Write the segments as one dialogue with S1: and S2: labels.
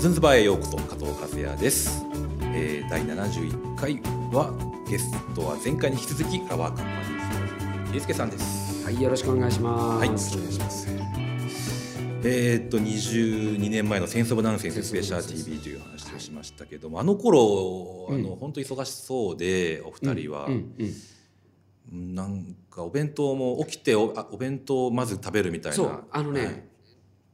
S1: ズンズバーへようこそ加藤和也です、えー、第71回はゲストは前回に引き続きフラワーカンパニーの圭介さんです
S2: はい、よろしくお願いします。
S1: はいお願いしますえー、っと22年前の「戦争バナンセンススペシャル TV」という話をしましたけどもあの頃あの、
S2: うん
S1: 本当忙しそうでお二人は、
S2: うんうん
S1: なんかお弁当も起きておあお弁当をまず食べるみたいな
S2: そう、あのね、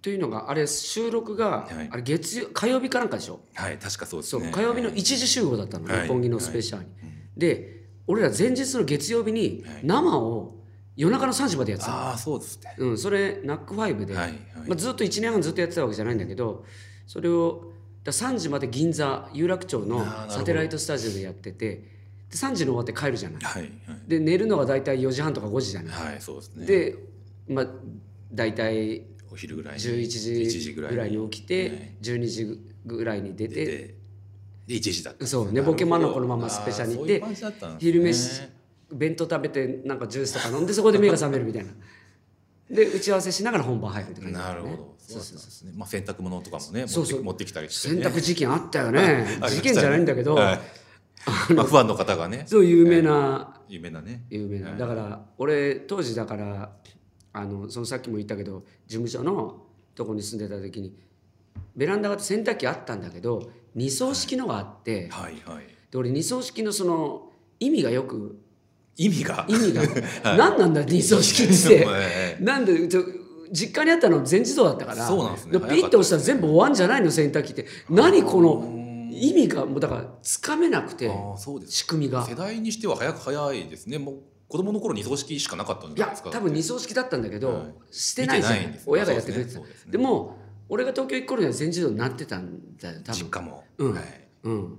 S2: というのが、あれ収録が、
S1: はい
S2: あれ月曜、火曜日かなんかでしょ
S1: はい、はい、確かそうです
S2: そう、
S1: ね
S2: 火曜日の1時集合だったの、
S1: はい
S2: 六本木のスペシャルに。で、俺ら前日の月曜日に
S1: はい
S2: 生を夜中の3時までやってたの。
S1: ああそうですね
S2: うん、それナックファイブで、
S1: はいはい、
S2: まあ、ずっと1年半ずっとやってたわけじゃないんだけど、それを。だ3時まで銀座有楽町
S1: あ
S2: の
S1: ーなるほど
S2: サテライトスタジオでやっててで3時に終わって帰るじゃない
S1: はいはい
S2: で寝るのが大体4時半とか5時じゃない
S1: はい、そうですね。
S2: で、まあ、大体
S1: お昼ぐらいに
S2: 11時
S1: 1時ぐ
S2: ぐ
S1: らいに
S2: らいに起きて、
S1: はい
S2: 12時ぐらいに出
S1: 出て、
S2: て
S1: で1時だったんです
S2: そう寝ぼけマンのこのままスペシャルに行って
S1: あーそういう感じだったんですね
S2: 昼飯弁当食べてなんかジュースとか飲んでそ こで目が覚めるみたいなで打ち合わせしながら本番入るって感じだ
S1: な
S2: った
S1: る
S2: ね
S1: ほど。そうだったんですね。まあ洗濯物とかもね、持って
S2: そうそう
S1: 持ってきたりして、
S2: 洗
S1: ね。
S2: 濯事件あったよね
S1: ありましたね
S2: 事件じゃないんだけど、
S1: はいまあ、ファンの方がね、
S2: そう有名な、
S1: 有名なね。
S2: 有名なだから俺当時だからあのそのさっきも言ったけど事務所のとこに住んでた時にベランダがあって洗濯機あったんだけど二層式のがあって、
S1: はいはい。
S2: で俺二層式のその意味がよく
S1: 意味が。
S2: 意味が、何なんだ二層式って
S1: ええ
S2: なんでちょ実家にあったの全自動だったから
S1: そうなんですね
S2: ピッと押したら全部終わんじゃないの洗濯機って何この意味がもうだからつかめなくて
S1: ああ、そうです。
S2: 仕組みが
S1: 世代にしては早く早いですね。もう子供の頃二層式しかなかったん
S2: い
S1: じゃない
S2: や
S1: ですか。
S2: 多分二層式だったんだけど、
S1: はい
S2: してないじゃ
S1: 見て
S2: ん
S1: ないんですね
S2: 親がやってくれてた
S1: そ
S2: で,、
S1: うですね
S2: も俺が東京行く頃には全自動になってたんだよ多
S1: 実
S2: 分
S1: 家も。
S2: うん
S1: はい
S2: うん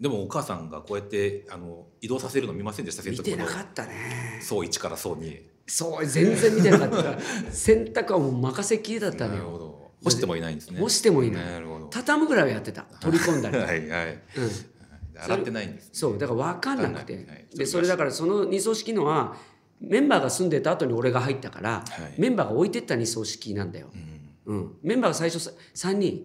S1: でもお母さんがこうやってあの移動させるの見ませんでした洗
S2: 見
S1: 濯
S2: て
S1: 物
S2: な
S1: を
S2: かったね
S1: 層1から層2
S2: そう全然見てなかった 洗濯はもう任せっきりだったの
S1: なる
S2: よ
S1: ほど干してもいないんですね
S2: 干してもいない
S1: なるほど
S2: 畳むぐらいはやってた取り込 んだり、
S1: はいはい
S2: うん、
S1: 洗ってないんですね
S2: そうだから分かんなくて
S1: 分かんないはい
S2: でそれだからその二層式のはメンバーが住んでた後に俺が入ったから、
S1: はい
S2: メンバーが置いてった二層式なんだよ、
S1: うん
S2: うん、メンバーが最初3人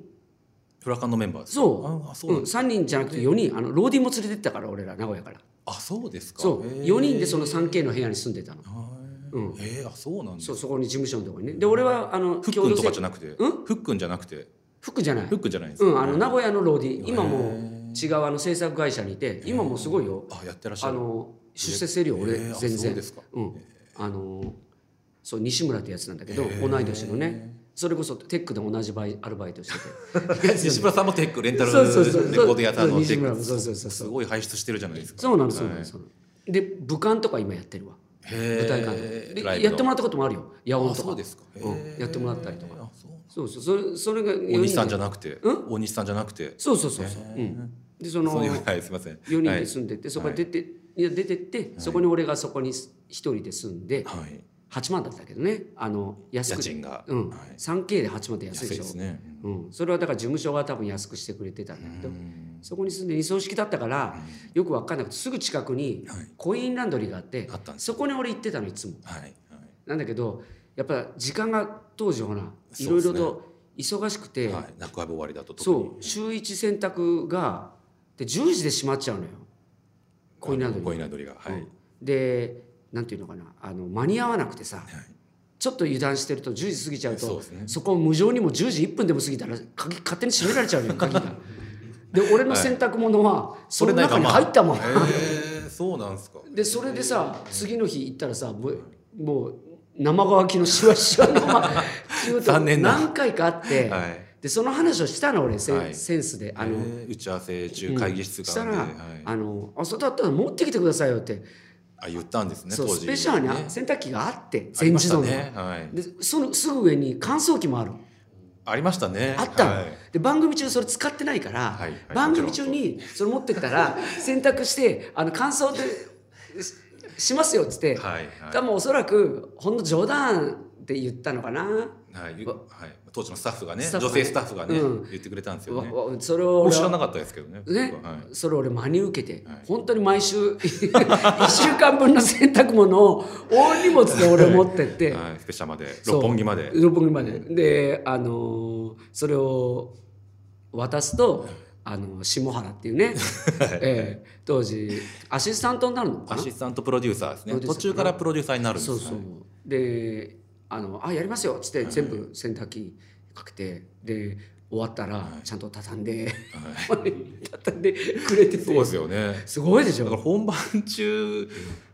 S1: フラカンのメンバーですか
S2: そう
S1: ああそうなん
S2: ん、
S1: です
S2: 3人じゃなくて4人あのローディも連れてったから俺ら名古屋から
S1: あそうですか
S2: そう
S1: へえ
S2: 4人でその 3K の部屋に住んでたの
S1: はいへえあそうなんです
S2: そうそこに事務所のとこにねで俺はあの
S1: フックンとか
S2: 生
S1: じゃなくて
S2: う
S1: フックンじゃなくて
S2: 服じゃない
S1: フックンじゃないんです
S2: う
S1: か
S2: んあの名古屋のローディ
S1: へえ
S2: 今もう違うあの制作会社にいて今もうすごいよ
S1: あやってらっしゃ
S2: あ
S1: る
S2: の出世してるよ
S1: へ
S2: 俺
S1: えあ
S2: 全
S1: そう
S2: 然
S1: ですか
S2: うんあのそう西村ってやつなんだけど
S1: へえ
S2: 同い年のねそれこそテックで同じバイアルバイ トしてて
S1: 西村さんもテックレンタルレ
S2: そうそうそう
S1: コード屋さんのテ
S2: 西村
S1: ッ
S2: も
S1: ク
S2: そうそうそう
S1: す
S2: そう
S1: ごい輩出してるじゃないですか
S2: そうなのそうなのそうなので武漢とか今やってるわ
S1: 舞
S2: 舞台館とかでやって
S1: ら
S2: もらったこともあるよ野音
S1: あ
S2: と
S1: そう
S2: か
S1: ですか
S2: うんやってもらったりとか
S1: かそう
S2: そうそうそれそれが
S1: 大
S2: 4
S1: 西さん
S2: 人
S1: じ
S2: で
S1: ゃなくて、
S2: う
S1: 大西さんじゃなくて、
S2: そうそうそうそう、うん、でその
S1: そういうはいすみません。
S2: 4人
S1: は
S2: で
S1: い
S2: 住んでて、そこから出て、い、や出てって、そこに俺がそこに1人で住んで
S1: はい、
S2: 8万だったけどねあの安
S1: 家
S2: く
S1: 賃が、
S2: うん
S1: はい、
S2: 3K で8万って安い
S1: 安
S2: で
S1: い
S2: し
S1: で
S2: ょ
S1: すね。
S2: うん、それはだから事務所が多分安くしてくれてたんだけど、そこに住んで二層式だったから、よく分かんなくてすぐ近くに
S1: はい
S2: コインランドリーがあって、
S1: あったんです
S2: そこに俺行ってたのいつも。
S1: はい、はい、
S2: なんだけどやっぱ時間が当時ほらい
S1: そうで
S2: ろい
S1: す
S2: ろ
S1: ね
S2: と忙しくて、
S1: はい、中川終わりだと特に
S2: そう週1洗濯がで10時で閉まっちゃうのよコインランドリー
S1: コインランドリーが、はい、
S2: うんでなんていうのかなあの間に合わなくてさ、ちょっと油断してると10時過ぎちゃうと
S1: そう
S2: そ
S1: ですね
S2: こを無情にも10時1分でも過ぎたら鍵勝手に閉められちゃ うのよ鍵がで俺の洗濯物はその中に入ったもん、
S1: へーそうなんですか。
S2: でそれでさ次の日行ったらさもうもう生乾きのシワシワのままキューッと
S1: 残念な
S2: 何回かあって、
S1: はい
S2: でその話をしたの俺セ,、
S1: はい
S2: センスであ
S1: あの
S2: の、
S1: 打ち合わせ中会議室
S2: し
S1: があ
S2: た
S1: る
S2: ら、
S1: んで、はい、
S2: あのあそうだったら持ってきてくださいよって、
S1: あ言ったんですね。
S2: そう
S1: 当時
S2: スペシャルに
S1: ね
S2: 洗濯機があって
S1: あり
S2: 全
S1: まし
S2: 自
S1: た
S2: 動の、
S1: ね。はい、
S2: でそのすぐ上に乾燥機もある
S1: ありましたね。
S2: あったの、
S1: はい
S2: で番組中それ使ってないから、
S1: はいはい
S2: 番組中にそれ持ってった ら洗濯してあの乾燥でししますよっつって、
S1: はいはい
S2: 多分おそらくほんの冗談で言ったのかな、
S1: はい、ゆはい、当時のスタッフがね、
S2: スタッフ
S1: 女
S2: がね
S1: 性スタッフがね、
S2: うん
S1: 言ってくれたんですよ
S2: わ
S1: ね。
S2: わそれを
S1: 俺
S2: 俺
S1: 知ら
S2: は
S1: なかったですけどね。
S2: ね
S1: 僕ははい、
S2: それ俺真に受けて、
S1: はい
S2: 本当に毎週 1週間分の洗濯物を大荷物で俺持ってって、
S1: はい、スペシャルまで
S2: そう
S1: 六本木まで
S2: 六本木までであのーそれを渡すとあの下原ってい うね、ええ当時アシスタントになるのか
S1: ア
S2: な
S1: シスタントプロデューサーですね
S2: プロデュ
S1: 途
S2: ーサー
S1: 中からプロデューサーになるんです
S2: そ
S1: よ
S2: うそうであの「あやりますよ」っつって全部洗濯機かけてで終わったらちゃんと畳んで、畳んでくれてて
S1: そうですよね
S2: すごいでし
S1: だから
S2: ょ
S1: 本番中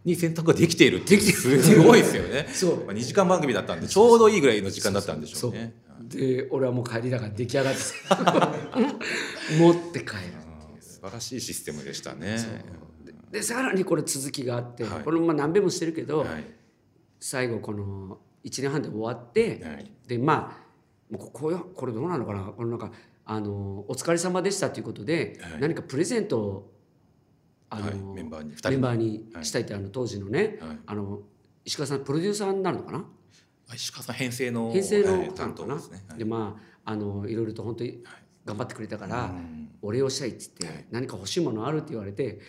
S1: に選択ができているってすごいですよね
S2: そう
S1: まあ2時間番組だったんでちょうどいいぐらいの時間だったんでしょうね
S2: で俺はもう帰りだから出来上がって て持って帰る
S1: うん素晴らしいシステムでしたね
S2: でさらにこれ続きがあって、
S1: はい
S2: これもまあ何べもしてるけど、
S1: はい
S2: 最後この1年半で終わって、
S1: はい
S2: でまあもうここよこれどうなのかなこのなんかあの「お疲れ様でした」ということで、
S1: はい
S2: 何かプレゼントをあの、
S1: はいメンバーに二人
S2: メンバ
S1: は
S2: ーにしたいって、あの当時のね
S1: い
S2: あの石川さんプロデューサーになるのかな
S1: あ石川さん編成の
S2: 編成
S1: は
S2: の
S1: い
S2: 方な
S1: 担
S2: のか
S1: 当
S2: な、
S1: ですねはい
S2: でまああのいろいろと本当に頑張ってくれたから、
S1: うん
S2: お礼をしたいっつって、
S1: はい
S2: 何か欲しいものあるって言われて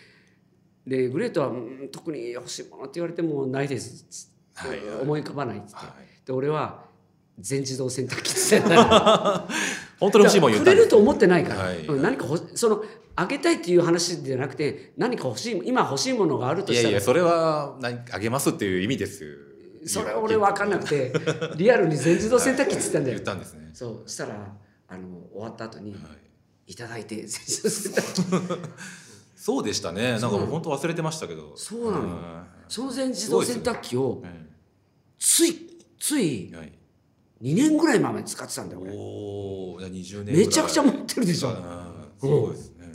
S2: でグレートはうん特に欲しいものって言われてもないですっつって
S1: はい
S2: 思い浮かばないっつって、
S1: はい
S2: で俺は全自動洗濯機つってた
S1: 本当に欲しいもん言っ
S2: く
S1: たん
S2: れ
S1: で
S2: る
S1: す
S2: と思ってないから、
S1: はい
S2: うん何かほそのあげたいっていう話じゃなくて何か欲しい今欲しいものがあると
S1: い
S2: し
S1: や
S2: たら
S1: いやそれは何あげますっていう意味です
S2: それ俺分かんなくてリアルに全自動洗濯機っつったんだ
S1: 言
S2: よ
S1: っ。たんですね
S2: そうしたらあの終わった後に
S1: はい
S2: 「いただいて全自動洗 濯機」
S1: そうでしたねなんか
S2: そうな
S1: もう
S2: の
S1: 本当忘れてましたけど
S2: そうなのよ
S1: ん
S2: その全自動洗濯機を
S1: は
S2: ついつい
S1: い
S2: 2年ぐらい前まで使ってたんだよ俺
S1: おお、じゃあ20年ぐらい
S2: めちゃくちゃ持ってるでし
S1: う
S2: ょ
S1: んすごいですね。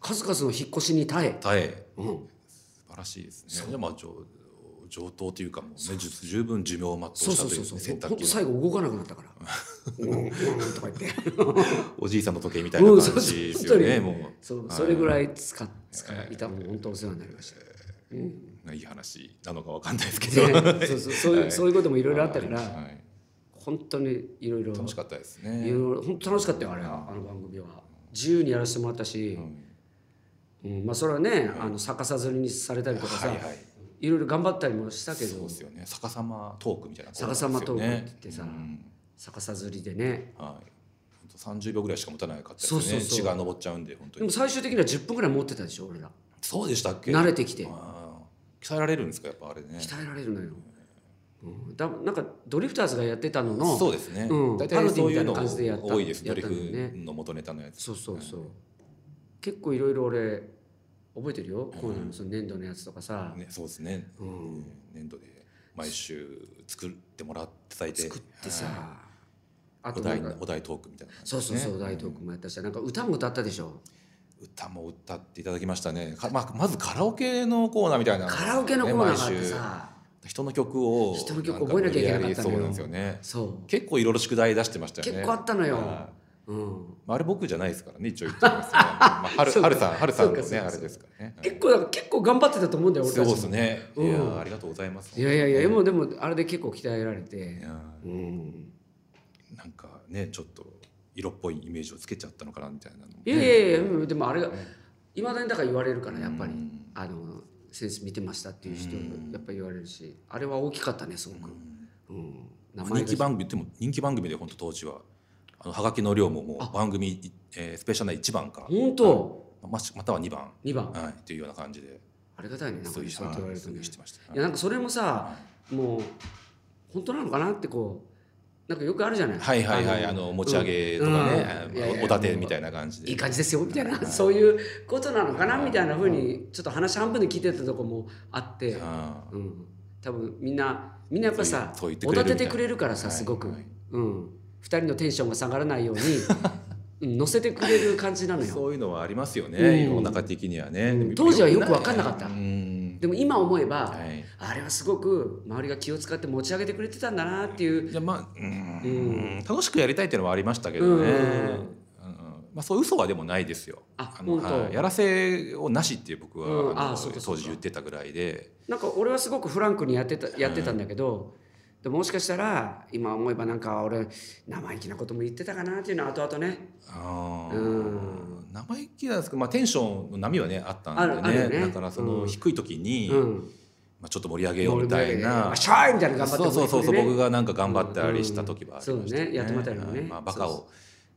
S2: 数々の引っ越しに耐え、
S1: 耐え、
S2: うん、
S1: 素晴らしいですね。じゃあまあ上上等というかもうねじゅ十分寿命を全う
S2: そう
S1: した
S2: そう
S1: とい
S2: そうう
S1: ね洗
S2: そう
S1: 濯
S2: ほ
S1: 機
S2: んと
S1: の
S2: 最後動かなくなった から「うんうん」とか言って
S1: おじいさんの時計みたいな感
S2: うんそうそう
S1: じですよね。
S2: 本
S1: も
S2: 当に
S1: う
S2: そう
S1: はい
S2: それぐらい使っ使いたもう本当お世話になりました
S1: いい話なのかわかんないですけ ど、
S2: でそうそうそういうそういうこともいろいろあったか
S1: はい
S2: ら
S1: はい
S2: 本当にいろいろ
S1: 楽しかったです
S2: い
S1: ね。
S2: ろいろ本当楽しかったよあれはあの番組は自由にやらせてもらったし、うんまあそれはね、あの逆さずりにされたりとかさ、
S1: はい
S2: い
S1: はい
S2: ろいろ頑張ったりもしたけ
S1: そう
S2: ど
S1: ですよね。逆さまトークみたいな、
S2: 逆さまトークって言ってさ
S1: うん
S2: 逆さずりでね
S1: はい。本当30秒ぐらいしか持たないかったです
S2: そう
S1: ね。
S2: そうそう
S1: 血が上っちゃうんで本当
S2: で
S1: に。
S2: も最終的には10分ぐらい持ってたでしょ俺ら
S1: そうでしたっけ？
S2: 慣れてきて
S1: あー鍛えられるんですかやっぱあれね。
S2: 鍛えられるのよ、うん、だなんかドリフターズがやってたのの
S1: そうですね。
S2: うん
S1: 大体そういうの
S2: パロディみたいな感じでやった
S1: 多いです。ド
S2: やっ
S1: リ
S2: たのね
S1: フの元ネタのやつ。
S2: そうそうそう結構いろいろ俺覚えてるよ、今夜のその年度のやつとかさ、
S1: ね、そうですね。年度で毎週作ってもらっていただいて、
S2: 作ってさ、あ
S1: お
S2: となん
S1: 題
S2: か
S1: お題トークみたいな感じ
S2: そう
S1: です
S2: そう
S1: ね。
S2: そう、大東君もやったしなんか歌も歌ったでしょ
S1: 歌も歌っていただきましたね。かまあまずカラオケのコーナーみたいなのがね。
S2: カラオケのコーナーがあってさ、
S1: 毎週人の曲を
S2: 人の曲覚えなきゃいけなかったのよ
S1: ん無理やりそうなんですよね。
S2: そう
S1: 結構いろいろ宿題出してましたよね。
S2: 結構あったのよ
S1: はい
S2: うん、
S1: まあ、あれ僕じゃないですからね一応言っておき ますけど、まあ、春
S2: そうか
S1: 春さん春さんの
S2: そう
S1: ね
S2: かそう
S1: あ
S2: か
S1: れですからね。はい
S2: 結構だから結構頑張ってたと思うんだよ俺
S1: そう
S2: た
S1: で
S2: ちも
S1: すね。い
S2: うん
S1: やーありがとうございます。
S2: いやいやいや、もうでもあれで結構鍛えられ
S1: い
S2: て
S1: や
S2: うん
S1: ーなんかねちょっと色っぽいイメージをつけちゃったのかなみたいなのもね。
S2: いやいやいや、うんでもあれがいまだにだから言われるからやっぱり、あのセンス見てましたっていう人やっぱ言われるしあれは大きかったねすごく、うん、名前
S1: 人
S2: が
S1: 気番組でも人気番組で本当当時はあのハガキの量ももう番組い、えースペシャルな一番か、
S2: 本当
S1: ましまたは二番、
S2: 2番
S1: はいっていうような感じで
S2: ありがたいねなんか
S1: そういう
S2: そうやって言われると
S1: そうい
S2: ね
S1: うしてました。
S2: いやなんかそれもさもう本当なのかなってこうなんかよくあるじゃない
S1: はいはいはいあの持ち上げとかね、あのおだてみたい
S2: な
S1: な感じで。
S2: いい感じですよみたいなそういうことなのかなみたいなふうにちょっと話半分で聞いてたとこもあって
S1: うん
S2: うん多分みんなみんなやっぱさ
S1: そう言うそう
S2: お
S1: 言
S2: だ
S1: ってくれるみたいな
S2: ててくれるからさすごく
S1: はいはい
S2: うん二人のテンションが下がらないようにうん乗せてくれる感じなのよ
S1: そういうのはありますよね、
S2: うん
S1: 世の中的にはね、
S2: ん
S1: でも
S2: 当時はよく分かんなかった
S1: うん
S2: でも今思えば
S1: はい
S2: あれはすごく周りが気を使って持ち上げてくれてたんだなっていう
S1: じゃあまあうん楽しくやりたいっていうのはありましたけどね、
S2: うん
S1: うんまあ、そう嘘はでもないですよ
S2: あ
S1: の
S2: 本当
S1: はいやらせをなしっていう僕は、
S2: うん
S1: あの
S2: あそうかそう
S1: 当時
S2: か
S1: 言ってたぐらいで
S2: なんか俺はすごくフランクにやってたやってたんだけど、でももしかしたら今思えばなんか俺生意気なことも言ってたかなっていうのは後々ね
S1: あー
S2: うん
S1: 生意気なんですけど、まあ、テンションの波はねあった
S2: ある
S1: ん
S2: ある
S1: でね
S2: よね
S1: だからその
S2: うん
S1: 低い時に、
S2: うん
S1: まあ、ちょっと盛り上げようみたいな
S2: 「しゃーい!」みたいな頑張って
S1: そうそうそうそう、
S2: くれてね
S1: 僕がなんか頑張ったりした時はありました、
S2: うんそうねやってもらったりもね
S1: はいまあバカ
S2: そう
S1: を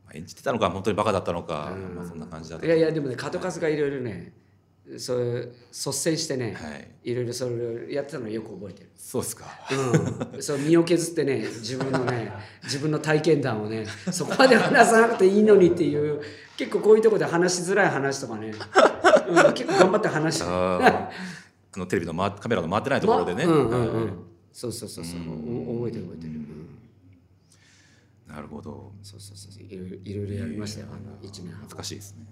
S1: まあ演じてたのか本当にバカだったのか、
S2: うん
S1: まあ、そんな感じだった
S2: いやいやでもね門数がいろいろねそういう率先してね、
S1: はい
S2: いろいろそれをやってたのをよく覚えてる。
S1: そうですか
S2: うん、そう身を削ってね自分のね自分の体験談をねそこまで話さなくていいのにっていう結構こういうとこで話しづらい話とかね、うん、結構頑張って話 して
S1: あーあのテレビの回カメラの回ってないところでね、
S2: うんうんう
S1: は
S2: ん、そうそうそうそう、
S1: うん
S2: お覚えてる覚えてる、うん、
S1: いなるほど
S2: そうそうそうそういろいろいろいろやりましたよあの一年半
S1: 難しいですね、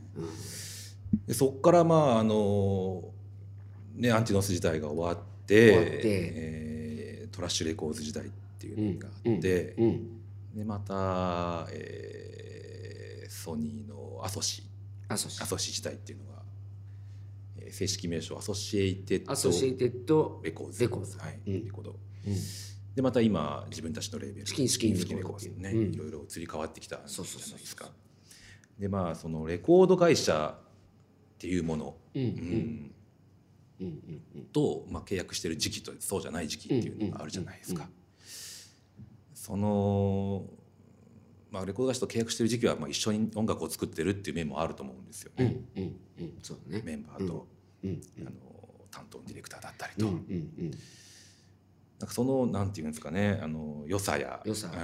S1: でそこからまああのねアンティノス時代が終わって
S2: 終わって
S1: えートラッシュレコーズ時代っていうのがあって、
S2: うん、
S1: でまた、えーソニーのアソシ
S2: あそうそ
S1: ア
S2: う
S1: ソシ時代っていうのが、えー正式名称アソシエイテッド
S2: アソシエイテッド
S1: レコーズ
S2: レコーズ
S1: はい
S2: うん
S1: レコードでまた今自分たちのレーベル
S2: チキンチキン
S1: チレコーズね、
S2: うん
S1: いろいろ移り変わってきたじ
S2: そ
S1: ゃ
S2: うそうそう
S1: ないですかでまあそのレコード会社っていうもの、
S2: うんうん
S1: うん
S2: うんうんうん
S1: と、まあ、契約してる時期とそうじゃない時期っていうのがあるじゃないですか。
S2: うん
S1: そのまあ、レコード会社と契約してる時期はまあ一緒に音楽を作ってるっていう面もあると思うんですよ
S2: う
S1: ね、
S2: んうんうんそうだね
S1: メンバーと、
S2: うんうん
S1: あの担当のディレクターだったり
S2: う
S1: と、
S2: んうん
S1: なんかそのなんていうんですかねあの良さや
S2: 良さ
S1: う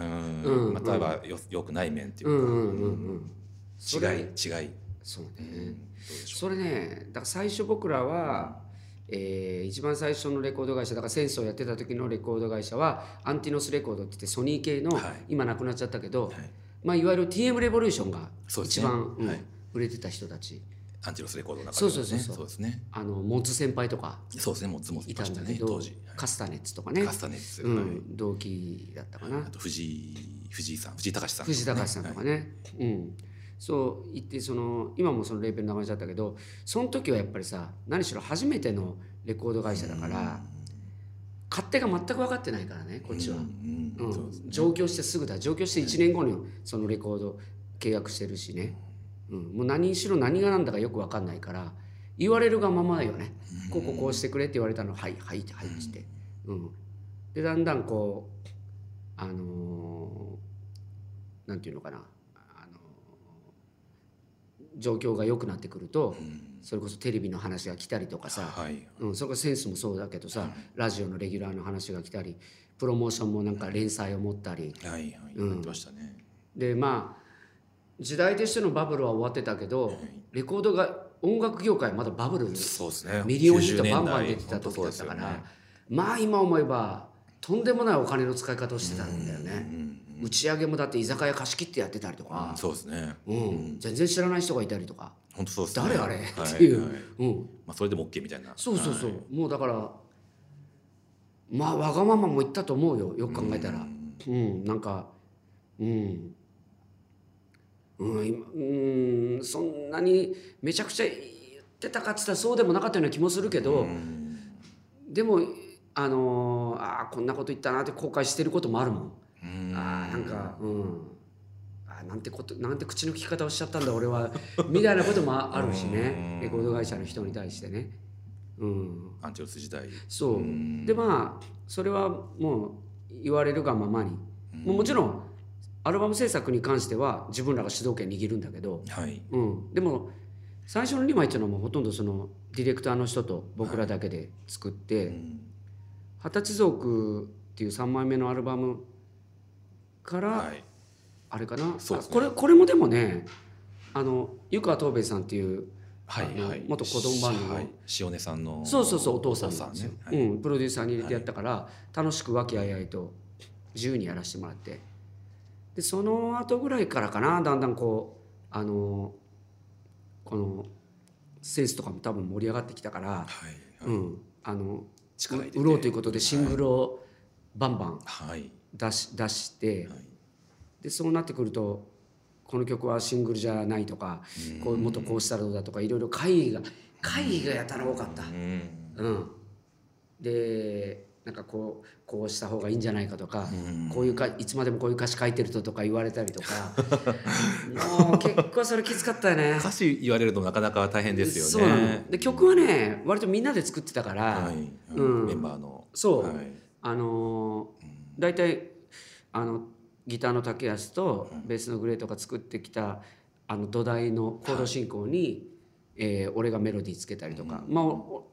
S1: ん
S2: うん
S1: まあ、例えばよよくない面っていううか、
S2: んうんうんうんそ
S1: 違い
S2: れ
S1: 違い、
S2: そう
S1: うんどう
S2: ね
S1: でしょ
S2: それねだから最初僕らは、えー一番最初のレコード会社だからセンスをやってた時のレコード会社はアンティノスレコードって言ってソニー系の、
S1: はい
S2: 今なくなっちゃったけ
S1: う、
S2: ど、
S1: はい、
S2: まあ、いわゆる TM レボリューションが
S1: そうです
S2: 一
S1: ね
S2: 番、うん
S1: はい
S2: 売れてた人たち
S1: アンチロスレコードの中
S2: そう
S1: で
S2: そ
S1: も
S2: うそう
S1: ね
S2: そう
S1: そうですね
S2: あのモッツ先輩とか
S1: そうですねもうつもつ
S2: い
S1: い
S2: た
S1: まし
S2: ん
S1: た
S2: だ
S1: ね
S2: けど、
S1: 当時、
S2: カスタネッツとかね
S1: カスタネッツ、
S2: う
S1: はい
S2: ん、同期だったかな、
S1: あと藤井藤井さん藤井隆さんとかね、
S2: 藤井隆さんと
S1: は
S2: かね、うん、そう言ってその今もそのレーベルの名前だったけどその時はやっぱりさ何しろ初めてのレコード会社だから勝手が全く分かってないからね
S1: い
S2: こっちは、
S1: う
S2: うん
S1: んうんそうですね
S2: 上京してすぐだ上京して1年後にそのレコード契約してるしね、うん、もう何しろ何が何だかよく分かんないから言われるがままよね「こうこうこうしてくれ」って言われたの「はいはい」って「はい」って言って、うん、でだんだんこうあのーなんていうのかな、あのー状況が良くなってくると、
S1: うん
S2: それこそテレビの話が来たりとかさ、
S1: はい
S2: うん、それこそセンスもそうだけどさ、ラジオのレギュラーの話が来たりプロモーションもなんか連載を持ったり
S1: はいはい
S2: うん
S1: 言ってましたね、
S2: でまあ時代としてのバブルは終わってたけど、レコードが音楽業界はまだバブル
S1: そうですね
S2: ミリオンヒットバンバン出てた
S1: と
S2: 時だったから、まあ今思えばとんでもないお金の使い方をしてたんだよね、打ち上げもだって居酒屋貸し切ってやってたりとか、
S1: そうですね
S2: うん全然知らない人がいたりとか
S1: 本当そうですね
S2: 誰あれ、
S1: は
S2: っていう、
S1: は
S2: うん、
S1: まあ、それでも OK みたいな
S2: そうそうそう、
S1: はい
S2: もうだからまあわがままも言ったと思うよよく考えたら
S1: うん
S2: うん、なんかうんうん今うんそんなにめちゃくちゃ言ってたかっつったらそうでもなかったような気もするけど、
S1: うん
S2: でもあのーあーこんなこと言ったなって後悔してることもあるもん、
S1: うん
S2: あーなんかうんあーなんてことなんて口の利き方をしちゃったんだ俺は みたいなこともあるし
S1: う
S2: ね
S1: ん
S2: レコード会社の人に対してねうん
S1: アンチロス時代
S2: そう
S1: うん
S2: でまあそれはもう言われるがままにもうもちろんアルバム制作に関しては自分らが主導権握るんだけど、
S1: はい
S2: うん、でも最初の2枚っていうのはもうほとんどそのディレクターの人と僕らだけで作って、
S1: うん
S2: 二十歳族っていう3枚目のアルバムから
S1: はい
S2: あれかな、
S1: そうですね
S2: これこれもでもねあの湯川藤兵衛さんっていう
S1: はい
S2: あの
S1: はい
S2: 元子供番組の
S1: はい塩根さんの
S2: そうそうそうお父さん
S1: お
S2: なんですよ、
S1: はい
S2: うん、プロデューサーに入れてやったから、楽しく和気あいあいと自由にやらせてもらってでその後ぐらいからかなだんだんこうあのこのセンスとかも多分盛り上がってきたから、
S1: はいはい
S2: うん、あの
S1: 力入れて
S2: 売ろうということでシングルをバンバン
S1: はい
S2: 出し出して、
S1: はい
S2: でそうなってくるとこの曲はシングルじゃないとか、こうもっとこうしたらどうだとかいろいろ会議が会議がやたら多かった。
S1: うん
S2: うん、でなんかこうこうした方がいいんじゃないかとか、こういうかいつまでもこういう歌詞書いてるととか言われたりとか もう結構それきつかったよね。
S1: 歌詞言われるとなかなか大変ですよね。
S2: そうなので曲はね割とみんなで作ってたから、
S1: はい、はい
S2: うん
S1: メンバーの。
S2: そう、
S1: はい
S2: あのー大体あのギターの竹安とベースのグレーとか作ってきたあの土台のコード進行に、えー俺がメロディーつけたりとか、まあおお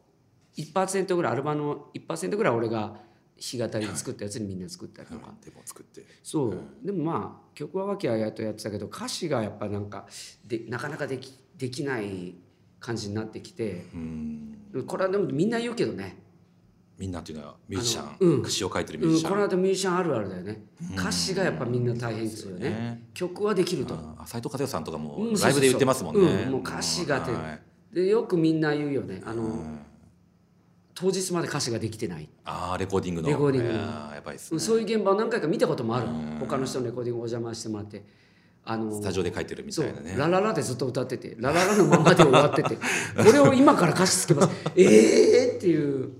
S2: 1%ぐらいアルバムの1%ぐらい俺が弾き語りで作ったやつにみんな作ったりとか、
S1: でも作って
S2: そうでもまあ曲は和気あいあいとやってたけど歌詞がやっぱなんかでなかなかできできない感じになってきて
S1: うん
S2: これはでもみんな言うけどね
S1: みんなっていうのはミュージシャン、
S2: あのうん
S1: 歌詞を書いてるミュー
S2: う
S1: ジ
S2: ん、
S1: シャ
S2: こ
S1: ン、
S2: れはミュージシャンあるあるだよね歌詞がやっぱみんな大変ですよね
S1: ね
S2: 曲はできると
S1: あ斎藤和義さんとかも
S2: うん
S1: ライブで言ってますもんね、
S2: そうそうそううんもう歌詞が出る
S1: はい
S2: でよくみんな言うよねあの、
S1: うん
S2: 当日まで歌詞ができてない、
S1: あーレコーディングの
S2: レコーディングの
S1: いやーやっぱりです
S2: うん
S1: ね
S2: そういう現場を何回か見たこともある
S1: うん
S2: 他の人のレコーディングお邪魔してもらってあの
S1: スタジオで書いてるみ
S2: そ
S1: た
S2: う
S1: いなね
S2: ラララ」でずっと歌ってて「ラララ」のままで終わ っててこれを今から歌詞つけますえーっていう、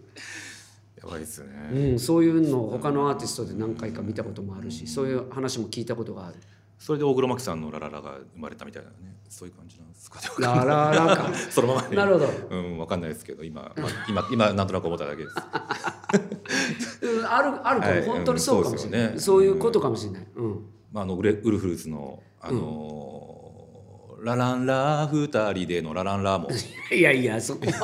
S1: やばいですよね、
S2: うん、そういうのを他のアーティストで何回か見たこともあるしそういう話も聞いたこ とがある
S1: それで大黒摩季さんの「ラララ」が生まれたみたいなねそういう感じなんですかね
S2: 「ラララ」か
S1: そのままで
S2: なるほど
S1: うんわかんないですけど今、まあ、今今なんとなく思っただけです
S2: うんあるあるかも、
S1: はい
S2: 本当にそうかもしれない、
S1: うん
S2: そ
S1: そううですよね
S2: いうことかもしれない、うん、
S1: まああのウレウルフルズのあのーラランラ二人でのラランラも、
S2: いやいやそこは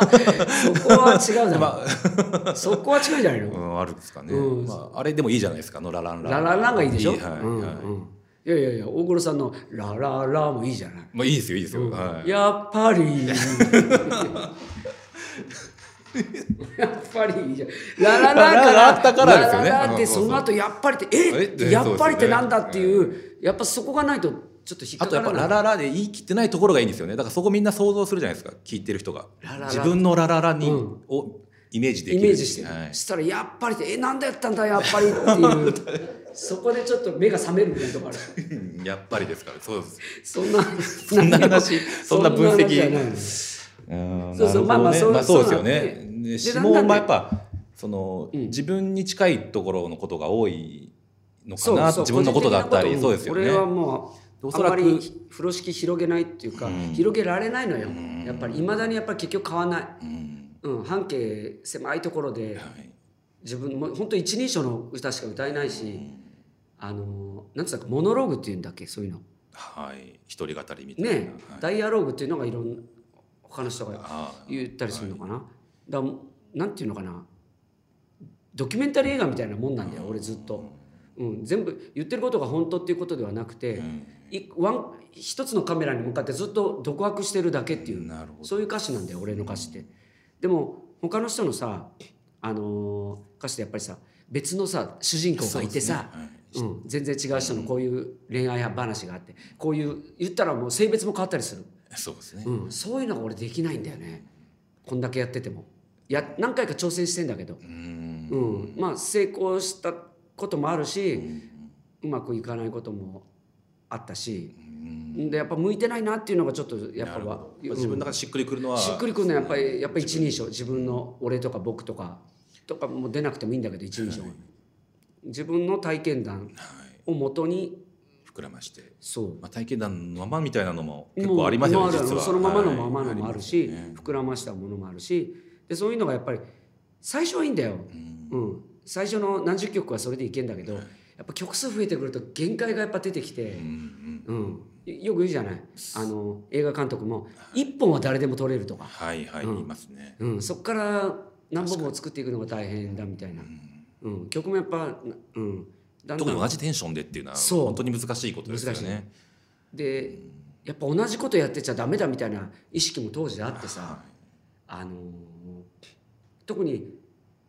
S2: そこは違うだろ、そこは違うんじゃないの
S1: うん、あるんですかね、
S2: うん
S1: まあ、あれでもいいじゃないですかあのラランラ
S2: ラララがいいでしょ。
S1: はい、
S2: うん
S1: はい
S2: うんいやいやいや、大黒さんのラララもいいじゃない。
S1: まあいいですよいいですよ、はい
S2: やっ ぱり。やっぱりいいじゃん。ラララ
S1: ラララあったか
S2: か
S1: ららですよね
S2: ラララって
S1: そうそうそ
S2: そ
S1: う
S2: の後やっぱりってえ
S1: えって
S2: やっぱりっ
S1: そ
S2: て
S1: うですよね
S2: なんだっていうやっぱそこがないとちょっと引っ
S1: あ
S2: か
S1: とやっ
S2: か
S1: ぱ
S2: ら
S1: ラ
S2: ない。
S1: ララで言い切ってないところがいいんですよね。だからそこみんな想像するじゃないですか。聞いてる人が
S2: ラララ
S1: 自分のラララに、
S2: うん
S1: をイメージでき
S2: イ
S1: る。
S2: メージしてる、
S1: はい。
S2: したらやっぱりってえなんだやったんだやっぱりっていう そこでちょっと目が覚めるみたいなとこある。
S1: うんやっぱりですから。そうです。
S2: そんな
S1: そんな話そんな分析
S2: そ話じゃないのそうそ
S1: なるほどね
S2: うまあまあそう
S1: まあそうですよ
S2: そう
S1: ね
S2: な。ん
S1: ね
S2: でで
S1: 指
S2: だんだ
S1: 紋
S2: んね
S1: はやっぱその、
S2: うん
S1: 自分に近いところのことが多いのか
S2: そう
S1: な。
S2: そう
S1: 自分のことだったり、
S2: 個
S1: そう
S2: 人
S1: で
S2: 的
S1: す
S2: な
S1: よ
S2: こ俺は
S1: ね。
S2: もう
S1: お
S2: あ
S1: そ
S2: ん
S1: ら
S2: ま
S1: く
S2: り風呂敷広げないっていうか、
S1: うん
S2: 広げられないのよ、
S1: ん
S2: やっぱりいまだにやっぱり結局買わない、
S1: うん
S2: うん、半径狭いところで
S1: はい
S2: 自分も本当一人称の歌しか歌えないし、あのなんつうんだっけモノローグっていうんだっけそういうの
S1: はい。一人語りみたいな。
S2: ね、
S1: はい
S2: ダイアローグっていうのがいろんな他の人が
S1: あー
S2: 言ったりするのかな、だからなんていうのかなドキュメンタリー映画みたいなもんなんだよ俺ずっと、うん、全部言ってることが本当っていうことではなくて、いワン一つのカメラに向かってずっと独白してるだけっていう、
S1: なるほど。
S2: そういう歌詞なんだよ俺の歌詞って。でも他の人のさ、あのー歌詞ってやっぱりさ別のさ主人公がいてさ
S1: そうですねはい
S2: うん、全然違う人のこういう恋愛話があってこういう言ったらもう性別も変わったりする。
S1: そうですね。
S2: うん、そういうのが俺できないんだよねこんだけやっててもや何回か挑戦してんだけど、
S1: うん
S2: うん、まあ成功したこともあるし、うまくいかないこともあったし、でやっぱ向いてないなっていうのがちょっとやっぱわうん
S1: 自分の中でしっくりくるのは
S2: しっくりくるのはやっぱりやっぱ一人称自分の俺とか僕とかとかもう出なくてもいいんだけど一人称、自分の体験談をもとに
S1: 膨らまして、
S2: そう
S1: まあ、体験談のままみたいなのも結構あります
S2: も
S1: よ
S2: う
S1: ね
S2: もうある
S1: 実は
S2: そのままのままのも
S1: は
S2: あ
S1: い
S2: るし、
S1: りますよね
S2: 膨らましたものもあるしでそういうのがやっぱり最初はいいんだよ、うん最初の何十曲はそれでいけんだけど、やっぱ曲数増えてくると限界がやっぱ出てきて、
S1: うんうん
S2: うんよく言うじゃないあの映画監督も1本は誰でも撮れるとか、
S1: はいはい、
S2: うん
S1: 言いますね
S2: うん、そこから何本も作っていくのが大変だみたいな、うん、曲もやっぱ、うん、だんだ
S1: 特に
S2: ん
S1: 同じテンションでっていうのは
S2: そう
S1: 本当に難しいことですよね
S2: でやっぱ同じことやってちゃダメだみたいな意識も当時あってさ、
S1: は
S2: あのー特に、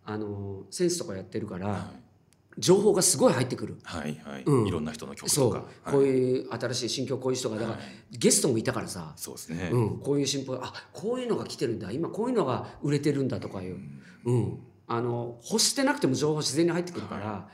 S2: あのーセンスとかやってるから、
S1: は
S2: 情報がすごい入ってくる
S1: いはい、
S2: うん
S1: いろんな人の曲
S2: そ
S1: と
S2: う、
S1: かはい
S2: こういう新しい新曲こういう人がだから、ゲストもいたからさ、
S1: そうですね、
S2: うん、こういう新曲あこういうのが来てるんだ今こういうのが売れてるんだとかいう、うん、あの欲してなくても情報自然に入ってくるから、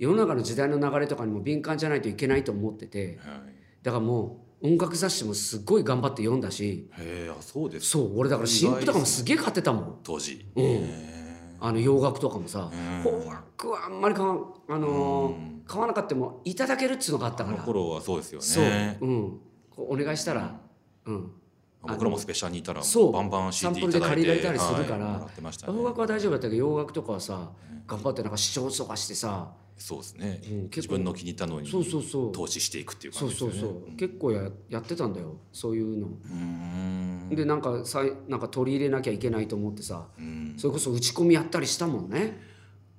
S2: 世の中の時代の流れとかにも敏感じゃないといけないと思ってて
S1: はい、
S2: だからもう音楽雑誌もすっごい頑張って読んだし
S1: へえあそうです
S2: そう俺だから新譜とかもすげえ買ってたもん。
S1: 当時、
S2: うん
S1: へ
S2: あの洋楽とかもさ
S1: うん
S2: 邦楽はあんまり買わ,、あのー
S1: うん
S2: 買わなかったもいただけるっつうのがあった
S1: えあ
S2: か
S1: の
S2: ら
S1: 頃はそうですよ
S2: そう、
S1: ね
S2: うん、こうお願いしたら、うん、
S1: 僕らもスペシャルにいたら
S2: そう
S1: バンバン
S2: サン
S1: CD
S2: プ
S1: い
S2: ル
S1: た
S2: で
S1: だい
S2: 借
S1: て
S2: りられたりするから
S1: はいもらってましたね
S2: 洋楽は大丈夫だったけど洋楽とかはさ頑張ってなんか視聴とかしてさ
S1: そうですね、
S2: うん結構
S1: 自分の気に入ったのに
S2: そうそうそう
S1: 投資していくっていう
S2: そ
S1: 感
S2: う
S1: じです
S2: そ
S1: よ
S2: う
S1: ね
S2: そう結構ややってたんだよそういうの。
S1: うん
S2: でなんかさいなんか取り入れなきゃいけないと思ってさ
S1: うん
S2: それこそ打ち込みやったりしたもんね。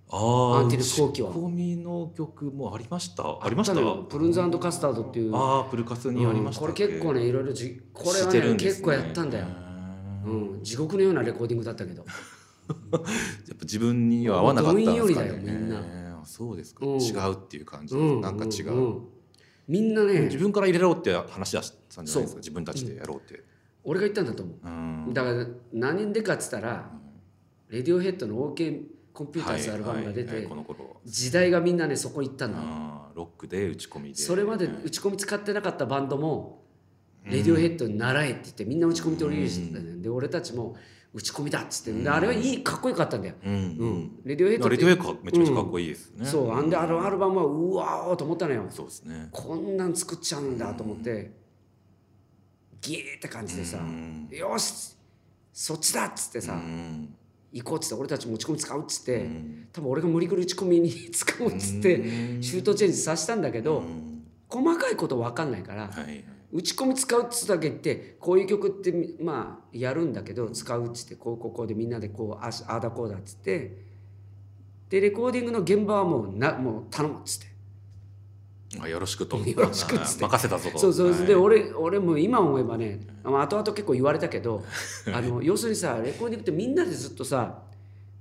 S1: あー
S2: アンティルス後期は
S1: 打ち込みの曲もありましたありました
S2: のよプルンズカスタードっていう
S1: ああプルカスにありました
S2: こ
S1: っ
S2: れ
S1: け
S2: 結構ねいろいろじこれは
S1: 知って
S2: ね
S1: るんです
S2: 結構やったんだよ
S1: へ、ー
S2: うん、地獄のようなレコーディングだったけど、
S1: やっぱ自分には合わなかったんですかね
S2: どんよりだよみん
S1: あそうですか、
S2: うん
S1: 違うっていう感じ、
S2: うん、
S1: なんか違う、
S2: んんみんな
S1: 自
S2: ね
S1: 分から入れろって話だしたんじゃないです
S2: そう
S1: か自分たちでやろうって、
S2: 俺が言ったんだと思
S1: うん
S2: うだから何でかっつったら「レディオヘッドの OK コンピューターズ」アルバムが出
S1: はいはいはい
S2: て
S1: この頃は
S2: 時代がみんなねそこ行ったんだ
S1: あーロックで打ち込みで
S2: それまで打ち込み使ってなかったバンドも「レディオヘッドに習え」って言ってみんな打ち込みでリリースしてたんだよで俺たちも「打ち込みだ」っつってであれはいいかっこよかったんだよ、
S1: うんう
S2: う
S1: ん
S2: ん、レディオヘッド
S1: あ
S2: っ
S1: レ
S2: て
S1: ディオヘッドめちゃめちゃかっこいいですね、
S2: そうあんであのアルバムはうわーと思ったのよ
S1: そうですね
S2: こんなん作っちゃうんだと思って、ギーって感じでさ
S1: う、ん
S2: よしそっちだっつってさ、
S1: うん
S2: 行こうっつって俺たち持ち込み使うっつって、
S1: うん
S2: 多分俺が無理くり打ち込みに使おうっつって、シュートチェンジさせたんだけど、
S1: うん
S2: 細かいこと分かんないから、
S1: はいはい
S2: 打ち込み使うっつだけ言ってこういう曲ってまあやるんだけど使うっつってこうこうこうでみんなでこうあしああだこうだっつってでレコーディングの現場はもうなもう頼むっつって
S1: あよろしくと
S2: よろしくっつって
S1: 任せたぞと
S2: そうそう、
S1: はい
S2: で俺俺も今思えばね、まあ、後々結構言われたけ どあの要するにさレコーディングってみんなでずっとさ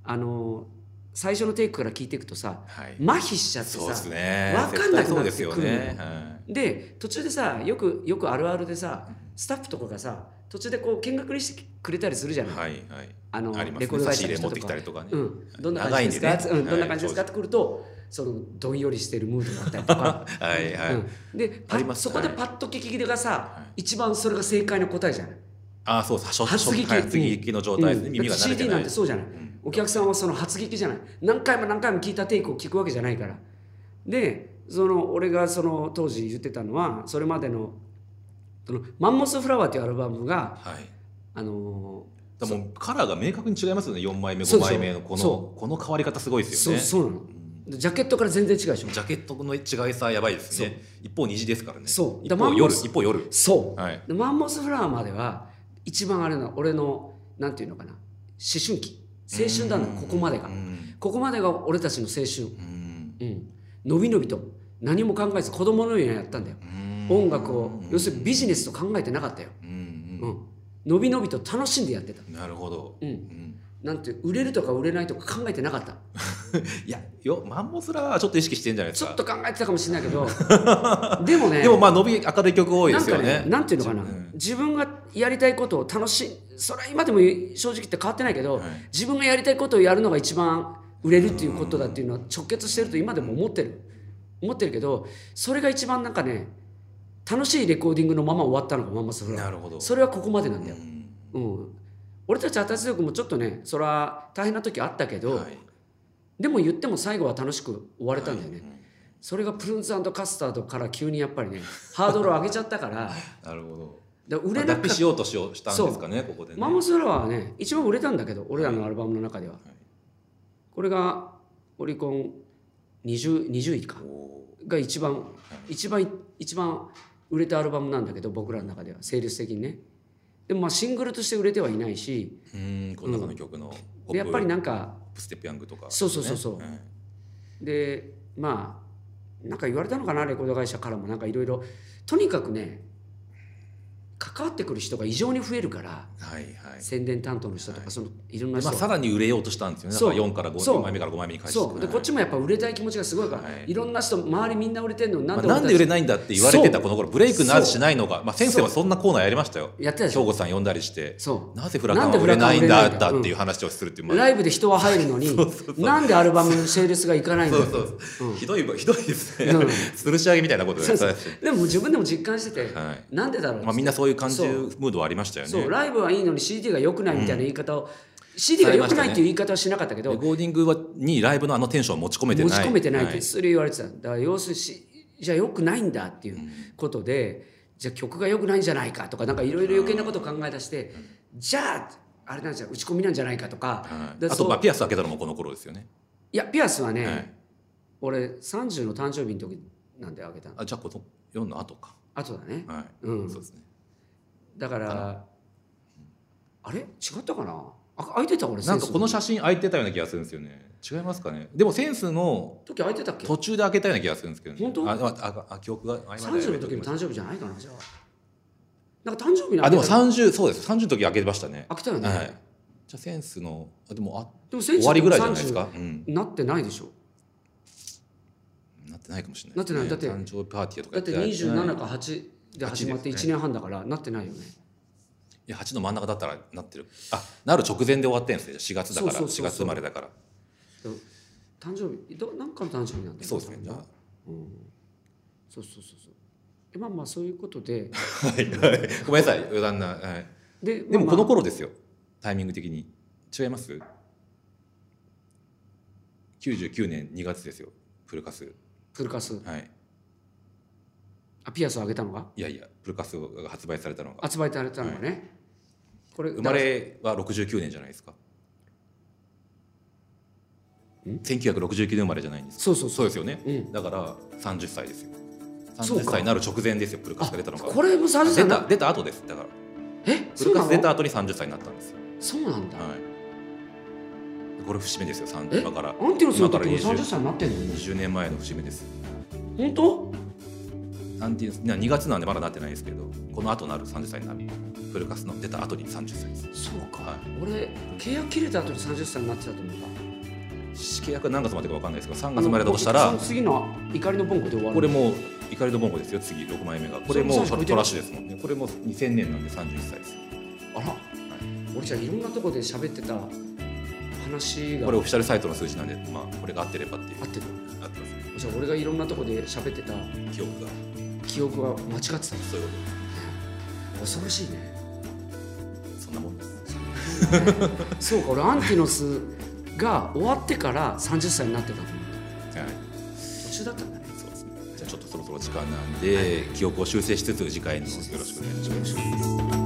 S2: あの最初のテイクから聞いていくとさ
S1: はい
S2: 麻痺しちゃって
S1: そうです
S2: さ
S1: ね
S2: わかんなくなってく
S1: 絶
S2: るの
S1: 対そうですよね、は
S2: で途中でさよくよくあるあるでさスタッフとかがさ途中でこう見学にしてくれたりするじゃ
S1: い
S2: ない、
S1: はいはい
S2: あの
S1: ありますね
S2: レコード会
S1: 差し
S2: 社の
S1: 入れ持
S2: 人
S1: ってき
S2: とか
S1: たりとかね
S2: うん、どんな感じですか、
S1: 長いんでね
S2: うん、どんな感じですか、
S1: はい
S2: ってくるとそのどんよりしてるムードだったりと か、
S1: はいはい、
S2: うん、でパ
S1: あります
S2: そこでパッと聞き手がさ、
S1: は
S2: 一番それが正解の答えじゃない
S1: ああそうです初
S2: 発撃
S1: 初発撃の状態ですね、
S2: うん
S1: 耳が
S2: だ
S1: 慣
S2: って
S1: れて
S2: CD
S1: な
S2: ないんてそうじゃない、
S1: ん
S2: お客さんはその発撃じゃない何回も何回も聞いたテイクを聞くわけじゃないからでその俺がその当時言ってたのはそれまでのその「マンモスフラワー」っていうアルバムが
S1: はい
S2: あの
S1: でもカラーが明確に違いますよね4枚目
S2: そう
S1: 5
S2: そう
S1: 枚目のこの
S2: そ
S1: この変わり方すごい
S2: ー
S1: です
S2: そ
S1: よ
S2: う
S1: ね
S2: そうなのでジャケットから全然違うでしょ
S1: ジャケットの違いさやばいですね一方虹ですからね
S2: そう
S1: 一
S2: だか
S1: 方
S2: らマンモ
S1: 夜
S2: ス
S1: 一方夜
S2: そう、
S1: はい
S2: でマンモスフラワーまでは一番あれの俺のなんていうのかな思春期青春だ
S1: うん
S2: なここまでが
S1: うん
S2: ここまでが俺たちの青春
S1: うん
S2: うんのびのびと何も考えず子供のようにやったんだよ
S1: うん
S2: 音楽を要するにビジネ
S1: ス
S2: スと考えてなかったよ、
S1: うん
S2: う
S1: うん
S2: ん、のびのびと楽しんでやってた、
S1: なるほど
S2: う、
S1: うんん
S2: なんて売れるとか売れないとか考えてなかった
S1: いやよマンモスラはちょっと意識してんじゃないです
S2: ちょ
S1: か
S2: っと考えてたかもしれない けどでもね
S1: でもまあ伸び明るい曲多いですよ
S2: なんか
S1: ね
S2: ねなんていうのかな、
S1: うん
S2: 自分がやりたいことを楽しいそれは今でも正直言って変わってないけど、
S1: はい
S2: 自分がやりたいことをやるのが一番売れるっていうことだっていうのは直結してると今でも思ってる思ってるけどそれが一番なんかね楽しいレコーディングのまま終わったのがマンモスフラワー
S1: なるほど
S2: それはここまでなんだよ、
S1: うん
S2: うん俺たち足立力もちょっとねそれは大変な時あったけど、
S1: はい
S2: でも言っても最後は楽しく終われたんだよね、
S1: はいうん
S2: それがプルンズカスタードから急にやっぱりねハードルを上げちゃったから
S1: なるほど
S2: で売
S1: ま
S2: れ
S1: あ
S2: な
S1: 脱
S2: く
S1: 皮しようとしようしたんですかねここでね
S2: マンモスフラワーはね一番売れたんだけど俺らのアルバムの中では、
S1: い
S2: これがオリコン 20, 20位か
S1: お
S2: が一番一番一番売れたアルバムなんだけど僕らの中では成立的にねでもまあシングルとして売れてはいないし
S1: ーうんこの中の曲のポ
S2: でやっぱり
S1: ッ
S2: なんか
S1: プステップヤングとか
S2: そうそうそうそう
S1: ねん
S2: でまあなんか言われたのかなレコード会社からもなんかいろいろとにかくね関わってくる人が異常に増えるから
S1: はいはい
S2: 宣伝担当の人と
S1: は
S2: かそのいろんな
S1: ま
S2: 人
S1: あ、さらに売れようとしたんですよね。だ
S2: そう
S1: から4から
S2: そう
S1: 5枚目から5枚目に返して。
S2: そうでこっちもやっぱ売れたい気持ちがすごいから、
S1: はい
S2: い、ろんな人周りみんな売れてんのに
S1: ま
S2: な
S1: あ
S2: んで,、
S1: なんで売れないんだって言われてた
S2: そう
S1: この頃ブレイクなぜしないのか、まあ、先生はそんなコーナーやりましたよ
S2: やってたでし
S1: 兵
S2: ょ
S1: 庫さん呼んだりして
S2: そう
S1: なぜフラカンは
S2: なん
S1: 売
S2: で
S1: れ
S2: フラカン
S1: な
S2: はい
S1: ん
S2: 売
S1: だ
S2: れないんだ
S1: ったっていう話をするっていう、まあ
S2: ライブで人は入る のになんでアルバムのセールスがいかないんだ
S1: そう
S2: よ
S1: そうそう、ひどいひどいですね、
S2: うん
S1: 吊るし上げみたいなことで
S2: そう
S1: す
S2: そ
S1: ね
S2: うでも自分でも実感してて、
S1: はい
S2: なんでだろうっつって
S1: まあ、みんなそういう感じ
S2: そう
S1: ムードはありましたよね
S2: そう
S1: レ
S2: ライブはいいのに CD が良くないみたいな言い方を、CD が良くないっていう言い方はしなかったけ
S1: コ
S2: ど、
S1: ーディングはにライブのあのテンションを持ち込めてない
S2: 持ち込めてないっ
S1: は
S2: てそれ言われてた、だから要するにしじゃあ良くないんだっていうことで、じゃあ曲が良くないんじゃないかとかなんかいろいろ余計なことを考え出して、じゃああれなんじゃ打ち込みなんじゃないかとか、
S1: はい
S2: で
S1: あ
S2: そ
S1: と
S2: う
S1: まあピアス開けたのもこの頃ですよね
S2: いやピアスはね、
S1: はい
S2: 俺30の誕生日の時なんであげたの
S1: あじゃあこの4の後か
S2: あとだね
S1: は
S2: う
S1: い、
S2: ん
S1: そうですね
S2: だから
S1: か
S2: あれ違ったかなあ空いてた俺
S1: なんかこの
S2: セン
S1: 写真空いてたような気がするんですよね違いますかねでもセンスの
S2: ス時空いてたっけ
S1: 途中で開けたような気がするんですけどね
S2: 本当
S1: ああああ記憶が曖昧
S2: 30の時の誕生日じゃないかなじゃあなんか誕生日の
S1: あでも
S2: 開けたよ
S1: 30そうです30の時開けてましたね
S2: 開けたよね、
S1: はいじゃあセンスのあでもあ
S2: でもセン
S1: 終
S2: ス
S1: わりぐらいじゃないですか、うん、
S2: 30なってないでしょ
S1: なってないかもしれない
S2: なってないだって
S1: 誕生日パーティーとか
S2: だ
S1: や
S2: って
S1: ない
S2: 27か8で始まって
S1: 8で
S2: 1年半だからなってないよね
S1: いや8の真ん中だったらなってるあなる直前で終わってんですね4月だから
S2: そうそうそうそう
S1: 4月生まれだから
S2: 誕生日どなんかの誕生日なんだよ
S1: そうですねじゃあ
S2: そうそうそうそうでまあまあそういうこと で
S1: はいはいごめんなさい余談な、はい、
S2: で
S1: でもこの
S2: まあまあ
S1: 頃ですよタイミング的に違います99年2月ですよプルカス
S2: フルカス
S1: はい
S2: あピアスをあげたのが
S1: いやいやプルカスが発売されたのが
S2: 発売されたのがね、これ
S1: 生まれは69年じゃないですか1969年生まれじゃないんですか
S2: そうそう
S1: そうですよね、
S2: うん
S1: だから30歳ですよ
S2: そう
S1: 30
S2: か
S1: 歳になる直前ですよプルカスが出たのが
S2: これも30
S1: 出
S2: 歳
S1: た
S2: な
S1: 出た後ですだから
S2: え
S1: プ
S2: そ
S1: ル
S2: う
S1: カ
S2: な
S1: ス出
S2: の
S1: た後に30歳になったんですよ
S2: そうなんだ、
S1: はいこれ節目ですよさん
S2: え
S1: 今から
S2: アンティロスの時も
S1: 今から
S2: 30
S1: 20
S2: 歳になってんのよ
S1: 20年前の節目です
S2: 本当
S1: なんていうんです2月なんでまだなってないですけどこの後なる30歳になるフルカスの出た後に30歳です
S2: そうか、
S1: はい
S2: 俺契約切れた後に30歳になってたと思った
S1: 契約は何月までか分かんないですけど3月までだとしたら
S2: その次の怒りのボンゴで終わる
S1: これも怒りのボンゴですよ次6枚目がこれも
S2: そう
S1: ト
S2: そう
S1: ラトラッシュですもんねこれも2000年なんで31歳です
S2: あら俺じゃあいろんなとこで喋ってた話が
S1: これオフィシャルサイトの数字なんでまあこれが合ってればっていう
S2: 合ってる
S1: 合ってます
S2: じゃあ俺がいろんなとこで喋ってた
S1: 記憶が
S2: 記憶が間違ってた
S1: そういうこ
S2: 恐ろしいね
S1: とそんなもんです
S2: そうか俺アンティノスが終わってから30歳になってたと思う
S1: はい
S2: 途中だったんだね
S1: そうですねじゃあちょっとそろそろ時間なんで記憶を修正しつつ次回のよろしくお願いします